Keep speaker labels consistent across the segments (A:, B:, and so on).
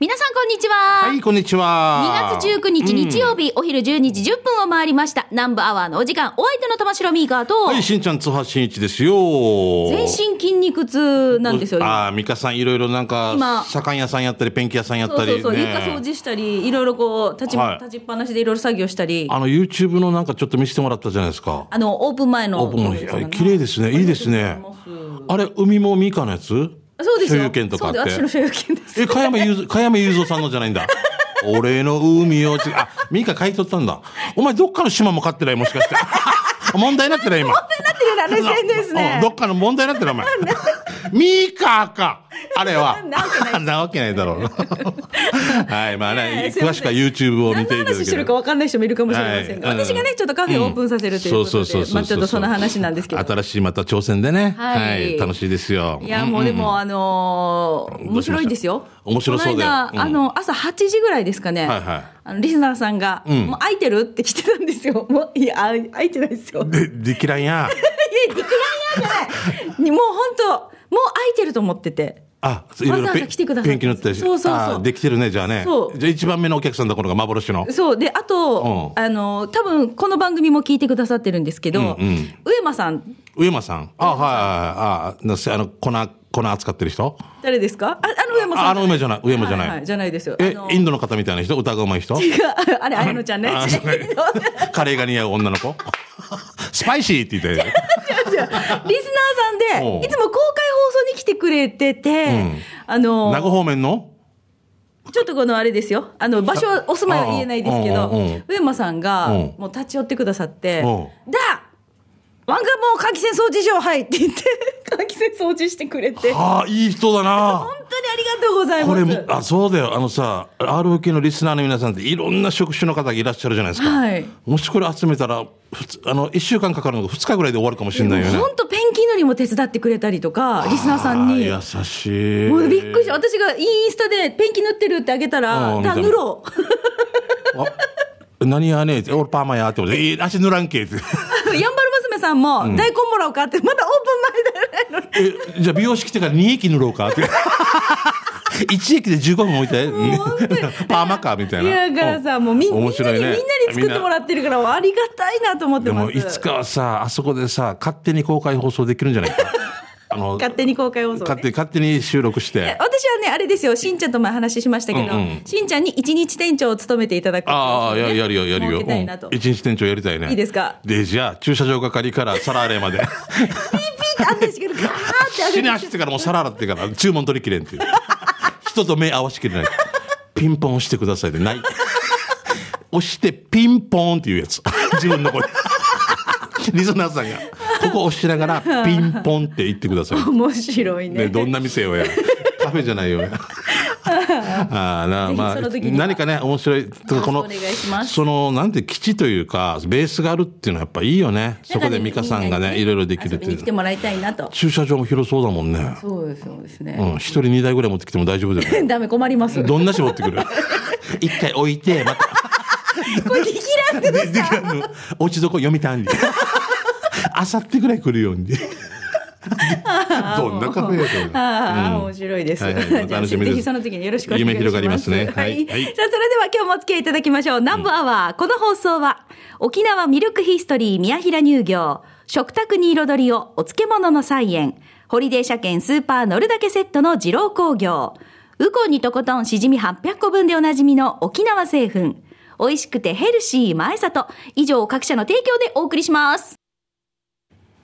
A: 皆さんこんにちは。
B: はい、こんにちは。
A: 2月19日日曜日、お昼12時10分を回りました。南部アワーのお時間、お相手の玉城ミーカーと、
B: はい、しんちゃん、津波しんいちですよ。
A: 全身筋肉痛なんですよ。
B: ああ、美香さん、いろいろなん
A: 今
B: か、左官屋さんやったり、ペンキ屋さんやっ
A: そ
B: た
A: う
B: り。
A: そうそう、
B: ね
A: 床掃除したり、いろいろこう、立ち、
B: はい
A: 立ちっぱなしでいろいろ作業したり、あ
B: あの、YouTube のなんかちょっと見せてもらったじゃないですか。
A: の、オープン前の。
B: オープンの日あ綺麗ですね。いいですね
A: ありがとうございます。
B: あれ、海もミカのやつ
A: そうです
B: 所
A: よ。
B: 有権とかっ
A: そうです私の
B: て。
A: 所有権です。
B: え、加山雄三加山雄三さんのじゃないんだ。俺の海をち、あ、ミカ買い取ったんだ。お前、どっかの島も買ってないもしかして。 問題になってない今。
A: なんていうのあれ宣伝です
B: う
A: ね
B: ん。どっかの問題になってる、お前。ミーカーか。あれは。
A: なわけな
B: なわけない だろうな。はい、まあ
A: ねえ
B: ね、
A: すいません
B: 詳しくは YouTube を見
A: 何
B: て
A: の
B: いただ
A: 話して
B: け
A: る
B: れ
A: か
B: ば。
A: 分かんない人もいるかもしれませんが、
B: はいうん
A: 私がね、ちょっとカフェをオープンさせるということで、まあちょっとその話なんですけど。
B: 新しいまた挑戦でね。
A: はい
B: はい、楽しいですよ。
A: いや、もうでも、あのー
B: どうしま
A: 面白
B: した
A: いんですよ。
B: 面白そうだ
A: こ
B: よ
A: の間、
B: うん
A: あの、朝8時ぐらいですかね。
B: はいはい
A: あの、リスナーさんが、
B: ん
A: もう空いてるって来てたんですよ。もう、いや、あ空いてないですよ。いや、
B: で、できらん や。
A: できないやじゃない。にもう本当、もう空いてると思ってて。
B: あ、いろい
A: わざ
B: ろ
A: わざ
B: ペン
A: 来てくださった
B: ペンキ塗ったりして
A: そうそうそう
B: あできてるね、じゃあね。
A: そう
B: じゃあ一番目のお客さんだ、このが幻の。
A: そう。で、あと、
B: うん
A: あの、多分、この番組も聞いてくださってるんですけど、
B: うんうん
A: 上間さん、
B: 上間さん。あ、はいはいはい。あなせ、あの、粉、粉扱ってる人
A: 誰ですかあ、あの上間さん。
B: ああの上間じゃない。上間じゃ
A: はは
B: ない。
A: じゃないですよ。あ
B: え
A: の、
B: インドの方みたいな人歌がうまい人
A: あれ、綾野ちゃんね。
B: あそうねカレーが似合う女の子スパイシーって言ったよね。
A: リスナーさん
B: おう
A: で、いつも公開放送に来てくれてて、
B: ん
A: あ
B: 名
A: の、
B: 護方面の
A: ちょっとこのあれですよ、あの、場所は、お住まいは言えないですけ
B: ああうんうんう
A: ど
B: ん、
A: 上間さんが
B: うん、
A: もう立ち寄ってくださって、だ
B: う
A: 湾岸も換気扇掃除しよう、はいって言って、 換気扇掃除してくれて、本
B: ああ、いい人だな。
A: 当にありがとうござ
B: これ
A: い
B: も
A: ま
B: あ、そうだよ。あのさ、ROK のリスナーの皆さんっていろんな職種の方がいらっしゃるじゃないです
A: す。
B: か。
A: はい。
B: もしこれ集めたら、ふつあの、1週間かかるのが2日ぐらいで終わるかもしれないよね。
A: 本当ペンキ塗りも手伝ってくれたりとか、リスナーさんに。
B: あー優しい。
A: もうびっくりした。私がインスタでペンキ塗ってるってあげたら
B: う、ん
A: だ、
B: 見た
A: 塗ろ
B: あ何やねえって、俺パーマやって思って、え足塗らんけって。
A: う。ヤンバル娘さんも、大根もらおうかって、まだオープン前だよね。
B: え、じゃあ美容師来てから2駅塗ろうかって。1駅で15分置いて、
A: 本当に
B: パーマかみたい
A: い
B: な。
A: やだからさもうみ,、
B: ん面
A: みんな
B: 白
A: にみ
B: い
A: ん
B: ね
A: なに作ってもらってるからありがたいなと思って
B: で
A: ま
B: も
A: す
B: いつかはさ、あそこでさ、勝手に公開放送できるんじ ゃないか。あの、
A: 勝手に公開放送、
B: 勝
A: ね
B: 手、勝手に収録し
A: え
B: て。
A: 私はねあれですよしんちゃんと前話しましたけど、
B: うんうん
A: しんちゃんに一日店長を務めていただく、
B: ああ、ややるよ、やるよ。
A: 設けたいなと、
B: うん一日店長やりたいね。
A: いいですか
B: で、じゃあ、駐車場係から皿洗いまで。
A: ピッてあったりしてけどガーってあ
B: 死
A: げ
B: に
A: る
B: 走ってからもう皿洗ってから、注文取りきれんっていう。人と目合わしきれない。ピンポン押してくださいで、ない。押して、ピンポーンっていうやつ。自分の声。リスナーさんが、ここ押しながら、ピンポンって言ってください。
A: 面白いね
B: ね、どんな店よや。カフェじゃないよや。ああな
A: ぜひ
B: まあ
A: その時には
B: 何かね面白いとかこの
A: お願いします
B: そのなんて基地というかベースがあるっていうのはやっぱいいよね。そこで美香さんがねいろいろできる
A: っ
B: ってて
A: に
B: い
A: 来て
B: う。
A: もらいたいなと
B: 駐車場も広そうだもんね。
A: そうですそうです
B: うん
A: ね、
B: 一人二台ぐらい持ってきても大丈夫だよ ね。
A: ダメ困ります
B: どんな絞ってくる。一回置いてまた。
A: これできらんで
B: でできる 落ち底読みたんに。あさってぐらい来る ように。どんなカフェやと思う
A: ああ、面白いです。
B: はいはい
A: じゃあ
B: 楽しみです
A: ぜひその時によろしくお願いします。
B: 夢広がりますね
A: は。
B: はいい
A: さ
B: はい
A: あ、それでは今日もお付き合いいただきましょう。南部アワー。この放送は、沖縄ミルクヒストリー宮平乳業、食卓に彩りをお漬物の菜園、ホリデー車検スーパー乗るだけセットの二郎工業、ウコンにとことんしじみ800個分でおなじみの沖縄製粉、美味しくてヘルシー前里、以上各社の提供でお送りします。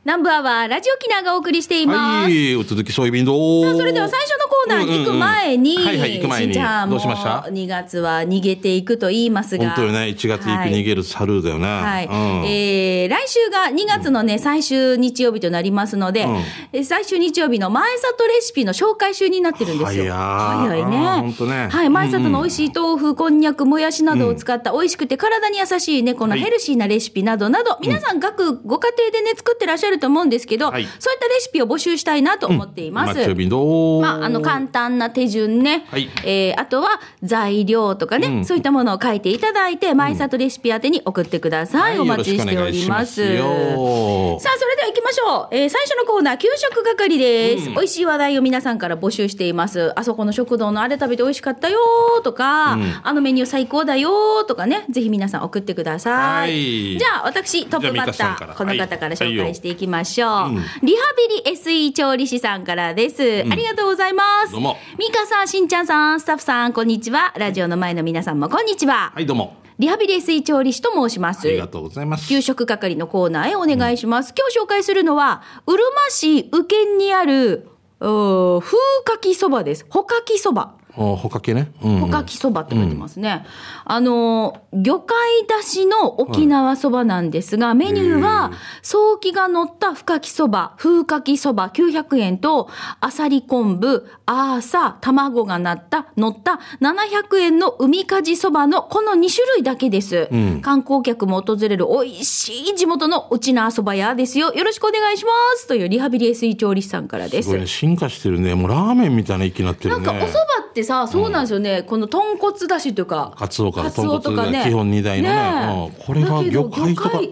A: 南部アワー、ラジオキナがお送りしています。
B: はい、お続きそういう便ど
A: さあそれでは最初のコーナー行く前に、
B: うんうんうんはいはい行く前に
A: しんちゃんも
B: どうしました
A: 2月は逃げていくと言いますが。
B: 本当よね、1月行
A: は
B: く
A: い
B: 逃げる猿だよね。
A: はい
B: うん
A: えー来週が2月のね、最終日曜日となりますので、
B: ん
A: えー最終日曜日の前里レシピの紹介週になってるんですよ。
B: 早い
A: 早い
B: あーほ
A: ね
B: んとね
A: はい、前里の美味しい豆腐、こんにゃく、もやしなどを使った美味しくて体に優しいね、この
B: はい
A: ヘルシーなレシピなどなど、皆さん各ご家庭でね、作ってらっしゃると思うんですけど、
B: はい
A: そういったレシピを募集したいなと思っています。
B: マッチョビどう
A: まあ、あの、簡単な手順ね。
B: はい
A: えーあとは、材料とかね、そういったものを書いていただいて、毎里レシピ宛てに送ってください。
B: はい
A: お待ちしております。
B: よろしくお願いしますよ
A: さあ、それでは行きましょう。えー最初のコーナー、給食係です。美味しい話題を皆さんから募集しています。あそこの食堂のあれ食べて美味しかったよーとか、あのメニュー最高だよーとかね、ぜひ皆さん送ってください。
B: はい
A: じゃあ、私、トップバッ
B: じゃあミ
A: タ
B: カさんから
A: ー、この方から紹介していきましょう。
B: い
A: リハビリ SE 調理師さんからです。ありがとうございます。
B: どうも
A: ミカさん、しんちゃんさん、スタッフさん、こんにちは。ラジオの前の皆さんもこんにちは。
B: はいどうも
A: リハビリ SE 調理師と申しま
B: あ
A: す。
B: りがとうございます
A: 給食係のコーナーへお願いします。今日紹介するのは、うるま市宇検にある、おー風かきそばです。ほかきそば。
B: おほかけねうん
A: ほかきそばって書いてますね。あのー、魚介だしの沖縄そばなんですが、メニューは、早期が乗ったふかきそば、風かきそば900円と、あさり昆布、あーさ、卵がなった、乗った700円の海かじそばのこの2種類だけです。観光客も訪れる美味しい地元の沖縄そば屋ですよ。よろしくお願いします。というリハビリ SE 調理師さんからです
B: す。ごいね進化してるねもうラーメンみたいな息になってる
A: なん
B: ね
A: かお蕎麦ってさ、そうなんですよね。この豚骨だしというか。
B: カツオから
A: カツオ
B: 豚
A: と
B: 骨
A: か
B: が
A: ね
B: 基本2台のね
A: ね
B: うんこれが
A: だけど
B: 魚介とか
A: 魚介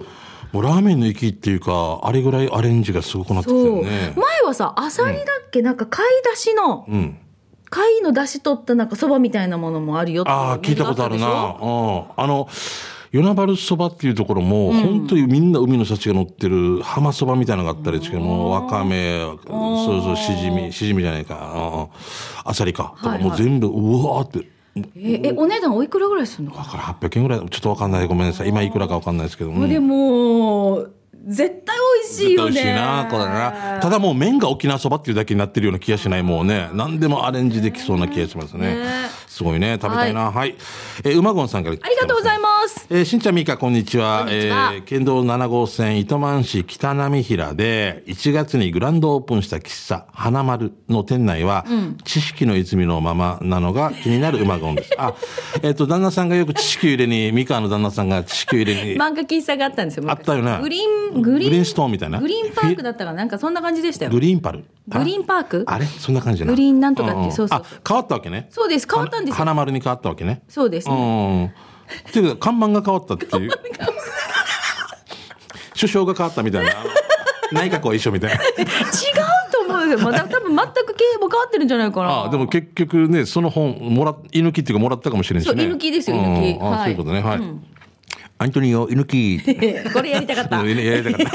B: もうラーメンの域っていうかあれぐらいアレンジがすごくなってきて
A: そ
B: る
A: う。
B: ね
A: 前はさ、アサリだっけ、なんか貝だしの、
B: うん
A: 貝のだし取ったなんか蕎麦みたいなものもあるよって
B: ああ聞いたことある
A: メ
B: な
A: ールがったでしょ
B: うんあの与那原そばっていうところも、本当にみんな海の幸が乗ってる浜そばみたいなのがあったりですけどもわかめそうそうしじみしじみじゃないかうんあさりかとか、
A: はいはい
B: もう全部うわーって
A: え、えお値段おいくらぐらいするのか
B: だから800円ぐらいちょっとわかんないごめんなさい今いくらかわかんないですけども、
A: な、でも、絶対美味しい
B: 絶対
A: よ
B: 美
A: ね。
B: 味しいな、これな。ただもう麺が沖縄そばっていうだけになってるような気がしない、もうね。何でもアレンジできそうな気がしますね。
A: ね
B: すごいね。食べたいな。はい。えー、うまごんさんから
A: ありがとうござい
B: ます。
A: ます。
B: えー、しんちゃんみーか、こんにちは。
A: こんにちは
B: えー県道7号線糸満市北浪平で、1月にグランドオープンした喫茶、花丸の店内は、知識の泉のままなのが気になるうまごん です。あ、えっ、と、旦那さんがよく知識を入れに、みかの旦那さんが知識を入れに、
A: 漫画喫茶があったんですよ。
B: あったよね
A: グリーン、グリーン、
B: グリーンストーンみたいな
A: グリーンパークだったかななんかそんな感じでしたよ。
B: グリーンパル。
A: グリーンパーク
B: あれそんな感じじゃない
A: グリーンなんとかっていうそうそう
B: あ、変わったわけね。
A: そうです。変わったんですよ。
B: 花丸に変わったわけね。
A: そうです
B: う
A: ね。
B: ん。っていうことは看板が変わったっていう。首相が変わったみたいな。内閣は一緒みた いな。
A: 違うと思うんですよ。また多分全く経営も変わってるんじゃないかな。
B: ああ、でも結局ね、その本、もら、居抜きっていうかもらったかもしれないしね。
A: そう居抜きですよ居抜き
B: うんああ
A: はい
B: そういうことね。はい。アントニオ、居抜き。
A: これやりたかった。
B: うんやりた かった。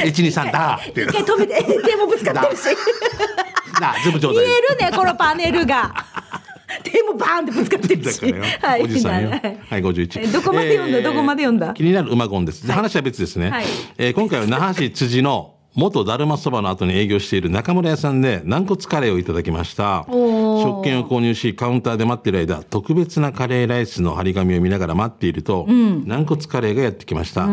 B: 1、2、3、だーって
A: 一。回止めて、手もぶつかってるし。
B: だー、全部ちょう
A: 見
B: だ
A: え
B: い。
A: るね、このパネル が。手もバーンってぶつかってる
B: だか
A: し。
B: らよ。おじさんよ。
A: は
B: はい、51
A: えどこまで読んだ
B: えー
A: どこまで読んだ
B: 気になる馬ゴンです。じゃあ話は別ですね。
A: はい
B: えー今回は那覇市辻の元だるまそばの後に営業している中村屋さんで軟骨カレーをいただきました。
A: おー
B: 食券を購入し、カウンターで待っている間、特別なカレーライスの張り紙を見ながら待っていると、軟骨カレーがやってきました。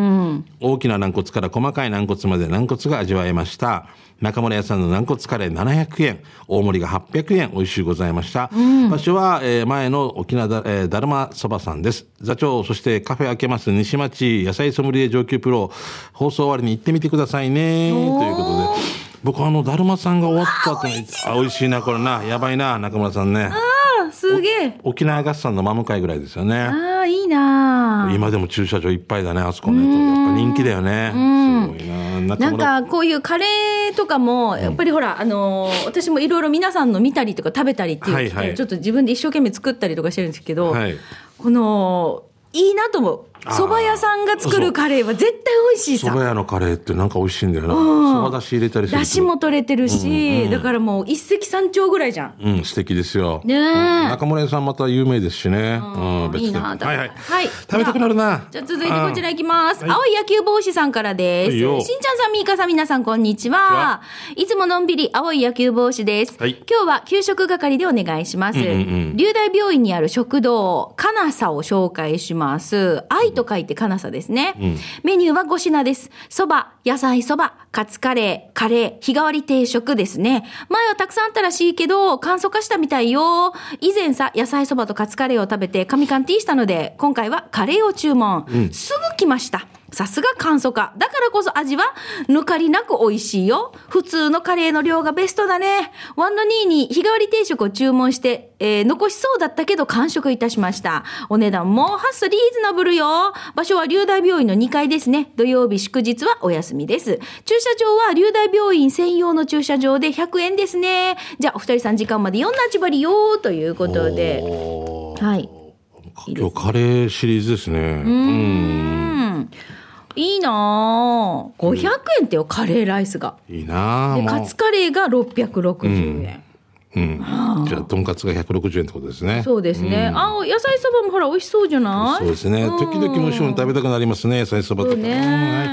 B: 大きな軟骨から細かい軟骨まで軟骨が味わえました。中村屋さんの軟骨カレー700円、大盛りが800円、美味しゅうございました。場所は、えー前の沖縄だ,、えーだるまそばさんです。座長、そしてカフェ開けます西町野菜ソムリエ上級プロ、放送終わりに行ってみてくださいね。ということで、僕あの、だるまさんが終わった後に、あ、美味しいな、これな、やばいな、中村さんね。
A: あすげえ。
B: 沖縄合算の真向かいぐらいですよね。
A: ああ、いいなあ
B: 今でも駐車場いっぱいだね、あそこね。やっぱ人気だよね。すごいな。中
A: なん
B: 村
A: かこういうカレーとかも、やっぱりほら、あのー私もいろいろ皆さんの見たりとか食べたりっていう機
B: はいは
A: 会を
B: い
A: ちょっと自分で一生懸命作ったりとかしてるんですけど、
B: はい
A: この、いいなと思う。
B: あー
A: 蕎麦屋さんが作るカレーは絶対美味しい
B: 蕎
A: さ
B: 麦。屋のカレーってなんか美味しいんだよな。
A: ん
B: 蕎麦だし入れたりするけど。
A: だしも取れてるし、だからもう一石三鳥ぐらいじゃん。
B: うん、素敵ですよ。
A: ねえ
B: うん中村屋さんまた有名ですしね。うん、別
A: いい
B: に。
A: な
B: はいはい。
A: はい
B: 食べたくなるな。
A: じゃあ続いてこちら
B: うん
A: いきます。青い野球帽子さんからで
B: はいよ
A: す。しんちゃんさん、みーかさん、皆さん、こんにちは。いつものんびり青い野球帽子です。
B: はい
A: 今日は給食係でお願いします。流大病院にある食堂、かなさを紹介します。愛と書いてかなさですね。メニューは5品です。そば、野菜そば、カツカレー、カレー、日替わり定食ですね。前はたくさんあったらしいけど、簡素化したみたいよ。以前さ、野菜そばとカツカレーを食べて、神缶ティーしたので、今回はカレーを注文。すぐ来ました。さすが簡素化。だからこそ味は抜かりなく美味しいよ。普通のカレーの量がベストだね。ワンの2に日替わり定食を注文して、えー残しそうだったけど完食いたしました。お値段もハスリーズナブルよ。場所は龍大病院の2階ですね。土曜日祝日はお休みです。駐車場は龍大病院専用の駐車場で100円ですね。じゃあお二人さん時間まで4なちばりよということで。
B: おー
A: はい。
B: 今日カレーシリーズですね。
A: う
B: うん。
A: ん。いいなぁ。500円ってよ、カレーライスが。
B: いいなあ
A: で、
B: も
A: カツカレーが660円。
B: う。うん。じゃあ、とんかつが160円ってことですね。
A: そうですね。あ、お野菜そばもほら、美味しそうじゃない
B: そうですね。
A: ん
B: 時々もちろん食べたくなりますね。野菜そばと
A: そ
B: か。
A: うね。
B: うんはい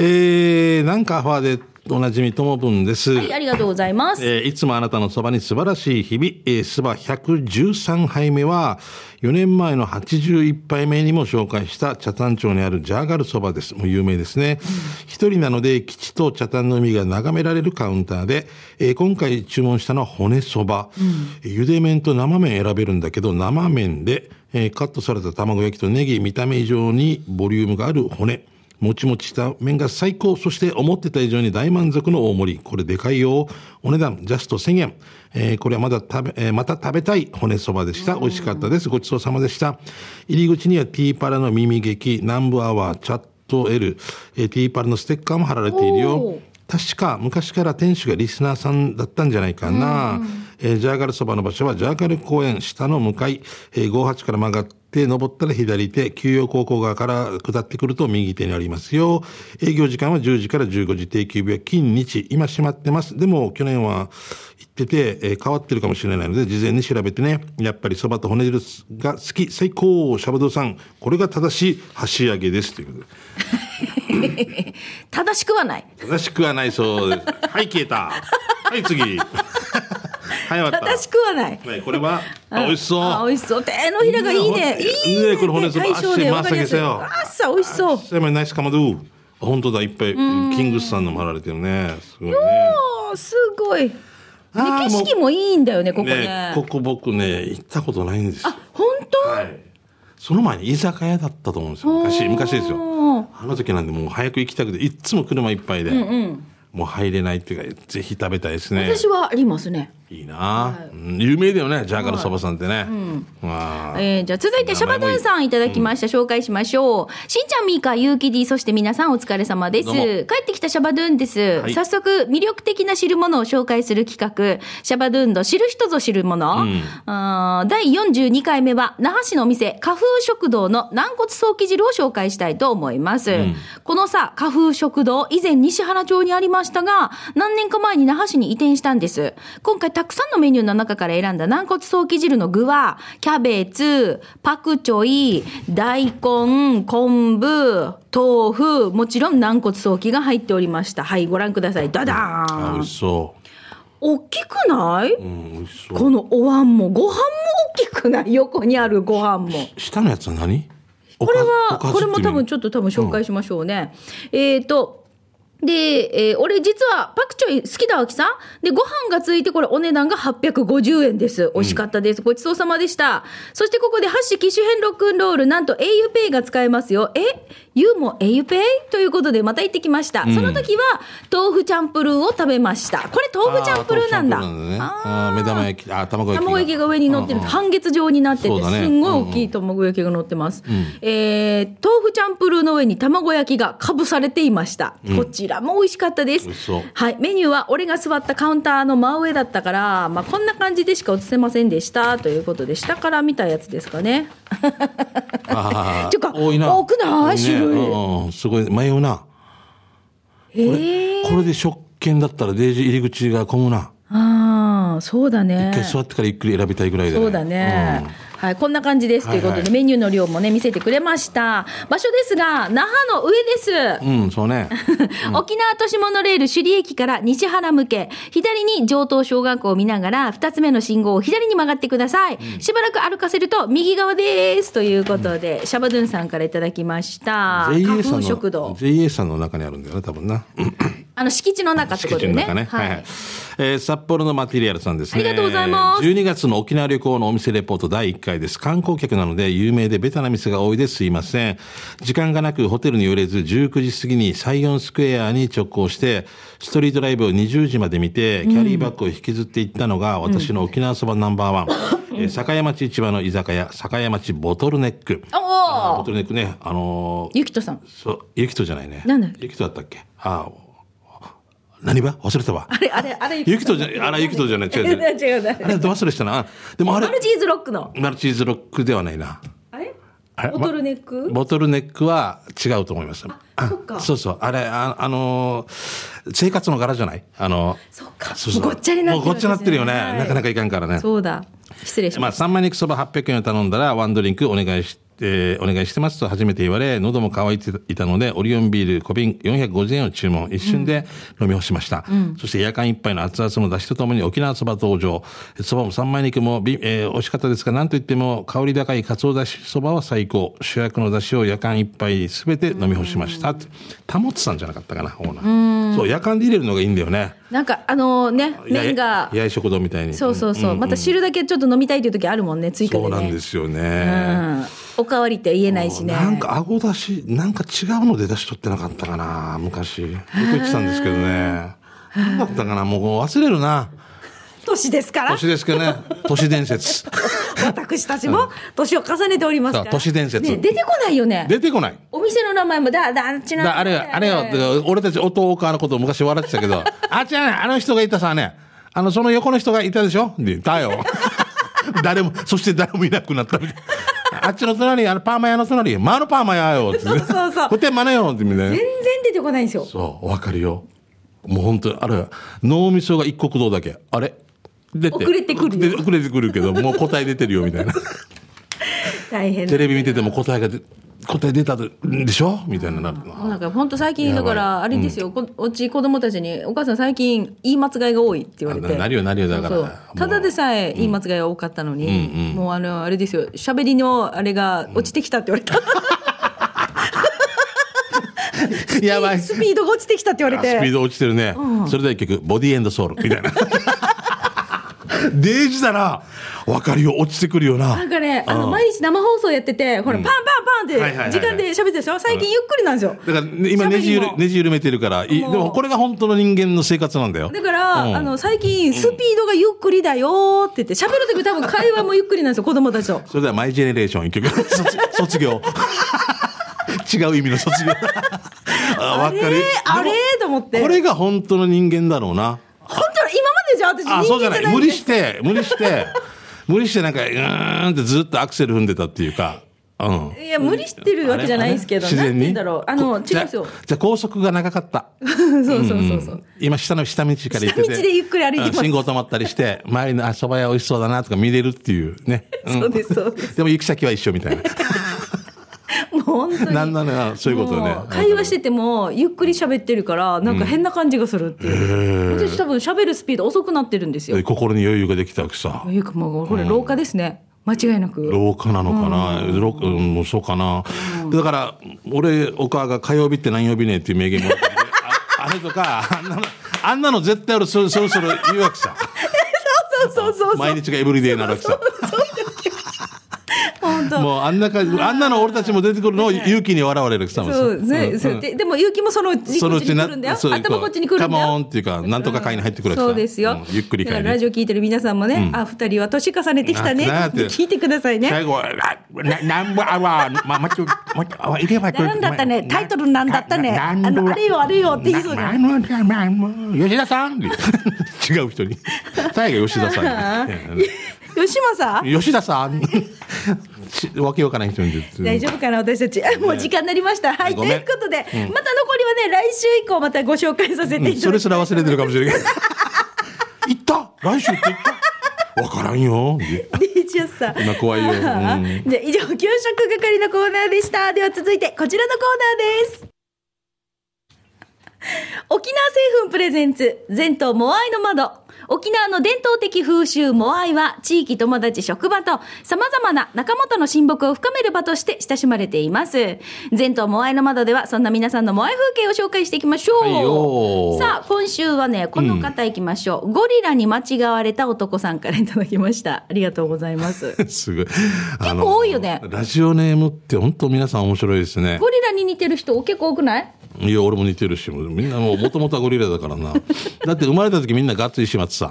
B: えー、なんかアファーでおなじみともぶんです。
A: はい、ありがとうございます。
B: えーいつもあなたのそばに素晴らしい日々、えー、そば113杯目は、4年前の81杯目にも紹介した茶炭町にあるジャーガルそばです。もう有名ですね。一、人なので、基地と茶炭の海が眺められるカウンターで、えー今回注文したのは骨そば、えー茹で麺と生麺選べるんだけど、生麺で、えーカットされた卵焼きとネギ、見た目以上にボリュームがある骨。もちもちした麺が最高。そして思ってた以上に大満足の大盛り。これでかいよ。お値段、ジャスト1000円。えーこれはまだ食べ、えーまた食べたい骨そばでした。美味しかったです。ごちそうさまでした。入り口にはティーパラの耳劇、南部アワー、チャット L、えーティーパラのステッカーも貼られている
A: お
B: よ
A: ー。
B: 確か昔から店主がリスナーさんだったんじゃないかな、えージャーガルそばの場所はジャーガル公園下の向かい、えー58から曲がって登ったら左手休養高校側から下ってくると右手にありますよ営業時間は10時から15時定休日は近日今閉まってますでも去年は行ってて、えー変わってるかもしれないので事前に調べてねやっぱりそばと骨汁が好き最高シャバドゥさんこれが正しい箸上げですということで
A: 正しくはない。
B: 正しくはないそ うです。はい、消えた。はい、次。はい、終わった。
A: 正しくはない。
B: はい、これは、あ美味しそう。
A: あ、美味しそう。手のひらがいいね。
B: ね
A: いいね。
B: ねこれ骨そば
A: 対称で
B: 足
A: わかりやすい。
B: 回して
A: あ
B: 回
A: っさ、美味しそう。
B: それもナイスかまど。あ本当だ、いっぱい、キングスさんのも貼られてるね。すごいね。
A: おーすごい。で
B: あー
A: 景色もいいんだよね、ここ
B: ね
A: ね、。
B: ここ僕ね、行ったことないんですよ。
A: 本当
B: はい。その前に居酒屋だったと思うんですよ。昔、昔ですよ。あの時なんでもう早く行きたくて、いっつも車いっぱいで。もう入れないっていうか、ぜひ食べたいですね。
A: 私はありますね。
B: いいな、うん有名だよねジャーガルそばさんってね、まあ
A: えーじゃあ続いてシャバドゥンさんいただきました、紹介しましょうしんちゃんみーかゆうき D そして皆さんお疲れ様です
B: どうも
A: 帰ってきたシャバドゥンです、
B: い
A: 早速魅力的な知るものを紹介する企画シャバドゥンの知る人ぞ知るもの、あー第42回目は那覇市のお店花風食堂の軟骨早期汁を紹介したいと思います、このさ花風食堂以前西原町にありましたが何年か前に那覇市に移転したんです今回たくさんのメニューの中から選んだ軟骨早期汁の具はキャベツパクチョイ大根昆布豆腐もちろん軟骨早期が入っておりましたはいご覧くださいダダ
B: あ
A: ー
B: 美
A: ン
B: 味しそ
A: 大きくない、
B: う、うん、美味しそう
A: このお椀もご飯も大きくない横にあるご飯も
B: 下のやつは何
A: これはこれも多分ち
B: ょっ
A: ょっと多分紹介しましょうね、えっ、とで、えー俺実はパクチョイ好きだわきさんでご飯がついてこれお値段が850円です美味しかったです、ごちそうさまでしたそしてここでハッシュ機種編ロックンロールなんと auPay が使えますよえユーも auPay? ということでまた行ってきました、その時は豆腐チャンプルーを食べましたこれ豆腐チャンプルーなんだ
B: ね、
A: あー
B: あー目玉焼きあ卵焼き
A: 卵焼きが上に乗ってる、
B: うんうん
A: 半月状になってて、
B: そうだね
A: すんごい大きい卵焼きが乗ってます、えー豆腐チャンプルーの上に卵焼きがかぶされていました、こちらも美味しかったです
B: 美味しそう
A: はい、メニューは俺が座ったカウンターの真上だったから、まあ、こんな感じでしか映せませんでしたということで下から見たやつですかね
B: あ ー
A: ていうか
B: 多いな
A: 多くない種類
B: うんうんすごい迷うな
A: えー、
B: これで食券だったらデイジー入り口が混むな
A: ああそうだね
B: 一回座ってからゆっくり選びたいぐらいで、
A: そうだね、はい、こんな感じですということで、
B: はいはい
A: メニューの量もね見せてくれました場所ですが那覇の上です
B: うん、うん、そうね
A: 沖縄都市モノレール首里駅から西原向け、左に上東小学校を見ながら、二つ目の信号を左に曲がってください。しばらく歩かせると、右側です。ということで、シャバドゥンさんからいただきました。花
B: JA さん
A: 粉
B: の
A: 食堂。
B: JA さんの中にあるんだよね多分な
A: あの、敷地の中って
B: 敷
A: ことで
B: 地の
A: ね。
B: 中ね。はい、
A: はい。
B: えー札幌のマテリアルさんですね。
A: ありがとうございます
B: 12月の沖縄旅行のお店レポート第1回です。観光客なので有名でベタな店が多いですいません。時間がなくホテルに寄れず19時過ぎにサイオンスクエアに直行して、ストリートライブを20時まで見て、キャリーバッグを引きずっていったのが私の沖縄そばナンバ ーワン。えー酒屋町市場の居酒屋、酒屋町ボトルネック。あーボ
A: おお
B: トルネックね、あのー
A: ゆきとさん。
B: そう、ゆきとじゃないね。
A: なんだ
B: ゆきとだったっけああ、何ば忘れたわ
A: あ。れ、あれ、あれ、
B: ゆきとじゃ、あらゆきとじ ゃない。違う違う。
A: 違う違う
B: あれ、ど忘れしたな。でもあれ
A: マ、ルチーズロックの。
B: マルチーズロックではないな。
A: あれ
B: あれ
A: ボトルネック
B: まボトルネックは違うと思います。あ
A: そっか
B: そうそう。あれ、ああのー生活の柄じゃないあのー
A: そっか
B: そ
A: もうごっちゃになってる
B: もうごっちゃになってるよね。
A: はい
B: なかなかいかんからね。
A: そうだ。失礼し
B: ま
A: ま
B: あ、
A: し
B: 三枚肉そば800円を頼んだら、ワンドリンクお願いし、えーお願いしてますと初めて言われ、喉も乾いていたので、オリオンビール小瓶450円を注文。一瞬で飲み干しました。そして夜間一杯の熱々の出汁とともに沖縄そば登場。そばも三枚肉もび、えー美味しかったですが、なんといっても香り高いかつおだしそばは最高。主役の出汁を夜間一杯すべて飲み干しました。と田本さんじゃなかったかな、オーナー。そう、夜間で入れるのがいいんだよね。
A: た。なんか、あのね、麺が
B: や。八重食堂みたいに。
A: そうそうそう。また汁だけちょっと飲みたいという時あるもんね、追加で
B: そう
A: ね。
B: なんですよね。
A: うんおかわりって言えないしね。
B: なんか顎出し、なんか違うので出し取ってなかったかな、昔。よく言ってたんですけどね。何だったかな、もう忘れるな。
A: 年ですから。
B: 年ですけどね。都市伝説。
A: 私たちも年を重ねておりますから。
B: そう都市伝説
A: ね出てこないよね。
B: 出てこない。
A: お店の名前も、だ、だ、あっちの。
B: だあれよ、あれよ、だから俺たち弟川のことを昔笑ってたけど、あちゃね、あの人がいたさね、あの、その横の人がいたでしょで、だよ。 誰も、そして誰もいなくなったみたいな。あっちの隣、あの、パーマ屋の隣、マのパーマ屋よ、って。
A: そうそうそう
B: ホテマネよ、ってみたいな
A: 全。然出てこないんですよ。
B: そう、わかるよ。もう本当に、あれ、脳みそが一国道だけ。あれ出て
A: 遅れてくるよ
B: で遅れてくるけど、もう答え出てるよ、みた いな。
A: 大変だ
B: テレビ見てても答えが出、答え出たでしょみたいななる。
A: もうなんか本当最近だか
B: や
A: らあれですよ、こうち子供たちに「お母さん最近言い間違いが多い」って言われ
B: あ
A: て
B: ななるよなるよだから
A: そうそう
B: もう
A: ただでさえ言い間違いが多かったのに、もうあのあれですよ喋りのあれが落ちてきたって言われた、
B: やばい。
A: スピードが落ちてきたって言われ
B: あスピー
A: て
B: ド落ちてるね、それでは結局ボディエンドソウルみたいな デージだな分かるよ落ちてくるよな
A: なんかねあの
B: うん
A: 毎日生放送やっててほらパンパン
B: は
A: パ
B: いはい
A: ン
B: は
A: っ
B: い
A: て時間で喋ってるでしょ最近ゆっくりなんですよ
B: だから、ね今ネジ
A: 喋
B: ゆ
A: り
B: る
A: も
B: ネジ緩めてるからいいで
A: もう
B: もこれが本当の人間の生活なんだよ
A: だから、
B: うん
A: あの最近スピードがゆっくりだよーって言って喋る時多分会話もゆっくりなんですよ子供たちと。
B: それではマイジェネレーション一曲卒卒業違う意味の 卒業あ
A: あ
B: 分
A: れ
B: か
A: ー
B: る
A: あれ
B: で
A: ーと思って
B: もこれが本当の人間だろうな
A: 本当に今までじゃ
B: あ
A: 私
B: そ
A: 人
B: うじゃ
A: 間
B: な
A: じゃない
B: い無
A: んで
B: 理して無理して無理してなんかうーんってずっとアクセル踏んでたっていうかうん
A: いや無理してるわけじゃないんですけど、
B: あれ
A: な
B: 自
A: んて
B: 然
A: 言う
B: に
A: んだろうあの違うん
B: こじゃ
A: ですよ
B: じゃあ高速が長かった
A: そう そうそうそう、
B: 今下の下道から行っ
A: 下
B: てて
A: 道でゆっくり歩いてます
B: うん信号止まったりして周りのあそば屋美味しそうだなとか見れるっていうね、ん
A: そうです そうです
B: でも行く先は一緒みたいな
A: もう本当に
B: なんなのよそういうことよね
A: もう会話しててもゆっくり喋ってるからなんか変な感じがするっていう、私多分喋るスピード遅くなってるんですよ
B: 心に余裕ができたわけさ
A: というかもうこれ廊下ですね、間違いなく
B: 廊下なのかな、ろうん、もうそうかな、だから俺お母が火曜日って何曜日ねっていう名言も らったけどああれとかあんなのあんなの絶対俺そろそろそろ言うわけさ
A: そうそうそうそう
B: 毎日がエブリデイなわけさ
A: 本当
B: もうあんなかあんなの俺たちも出てくるのを勇気に笑われるわけさ
A: そうね、
B: うん
A: そうででも結城もそのうちこっちに来るんだよ
B: そう
A: 頭こっちに来るんだ
B: カモ
A: よ
B: ンっていうかなんとか会に入ってくるわけさ
A: そうですよ、
B: うんゆっくり
A: だか
B: 会
A: らラ
B: に
A: ジオ聞いてる皆さんもね、あ二人は年重ねてきたね
B: ななって
A: 聞いてくださいね
B: 最後はなナンバーワンままちょまちょあいればこれ
A: なんだったねタイトルなんだったね
B: なな
A: あのあれよあれよって言いそうじゃん
B: ななななな吉田さ ん違う人に大が吉田さん
A: 吉間さん
B: 吉田さ んちわけわからない人に言って
A: 大丈夫かな私たちもう時間になりましたはいと
B: ご
A: い
B: めん
A: うことで、また残りはね来週以降またご紹介させていただきます、
B: それすら忘れてるかもしれない行った来週って言ったわからんよ
A: DJ さん
B: 今 怖いようん
A: あーじゃあ以上給食係のコーナーでしたでは続いてこちらのコーナーです沖縄製粉プレゼンツ全島モアイの窓沖縄の伝統的風習モアイは地域友達職場と様々な仲間との親睦を深める場として親しまれています前頭モアイの窓ではそんな皆さんのモアイ風景を紹介していきましょう、
B: はいよ
A: さあ今週はねこの方いきましょう、ゴリラに間違われた男さんからいただきましたありがとうございます
B: すごい。結
A: 構多いよね
B: ラジオネームって本当皆さん面白いですね。
A: ゴリラに似てる人結構多くない
B: いや、俺も似てるし、みんなもう元々はゴリラだか らな。だって生まれた時みんなガッツリしてまってさ。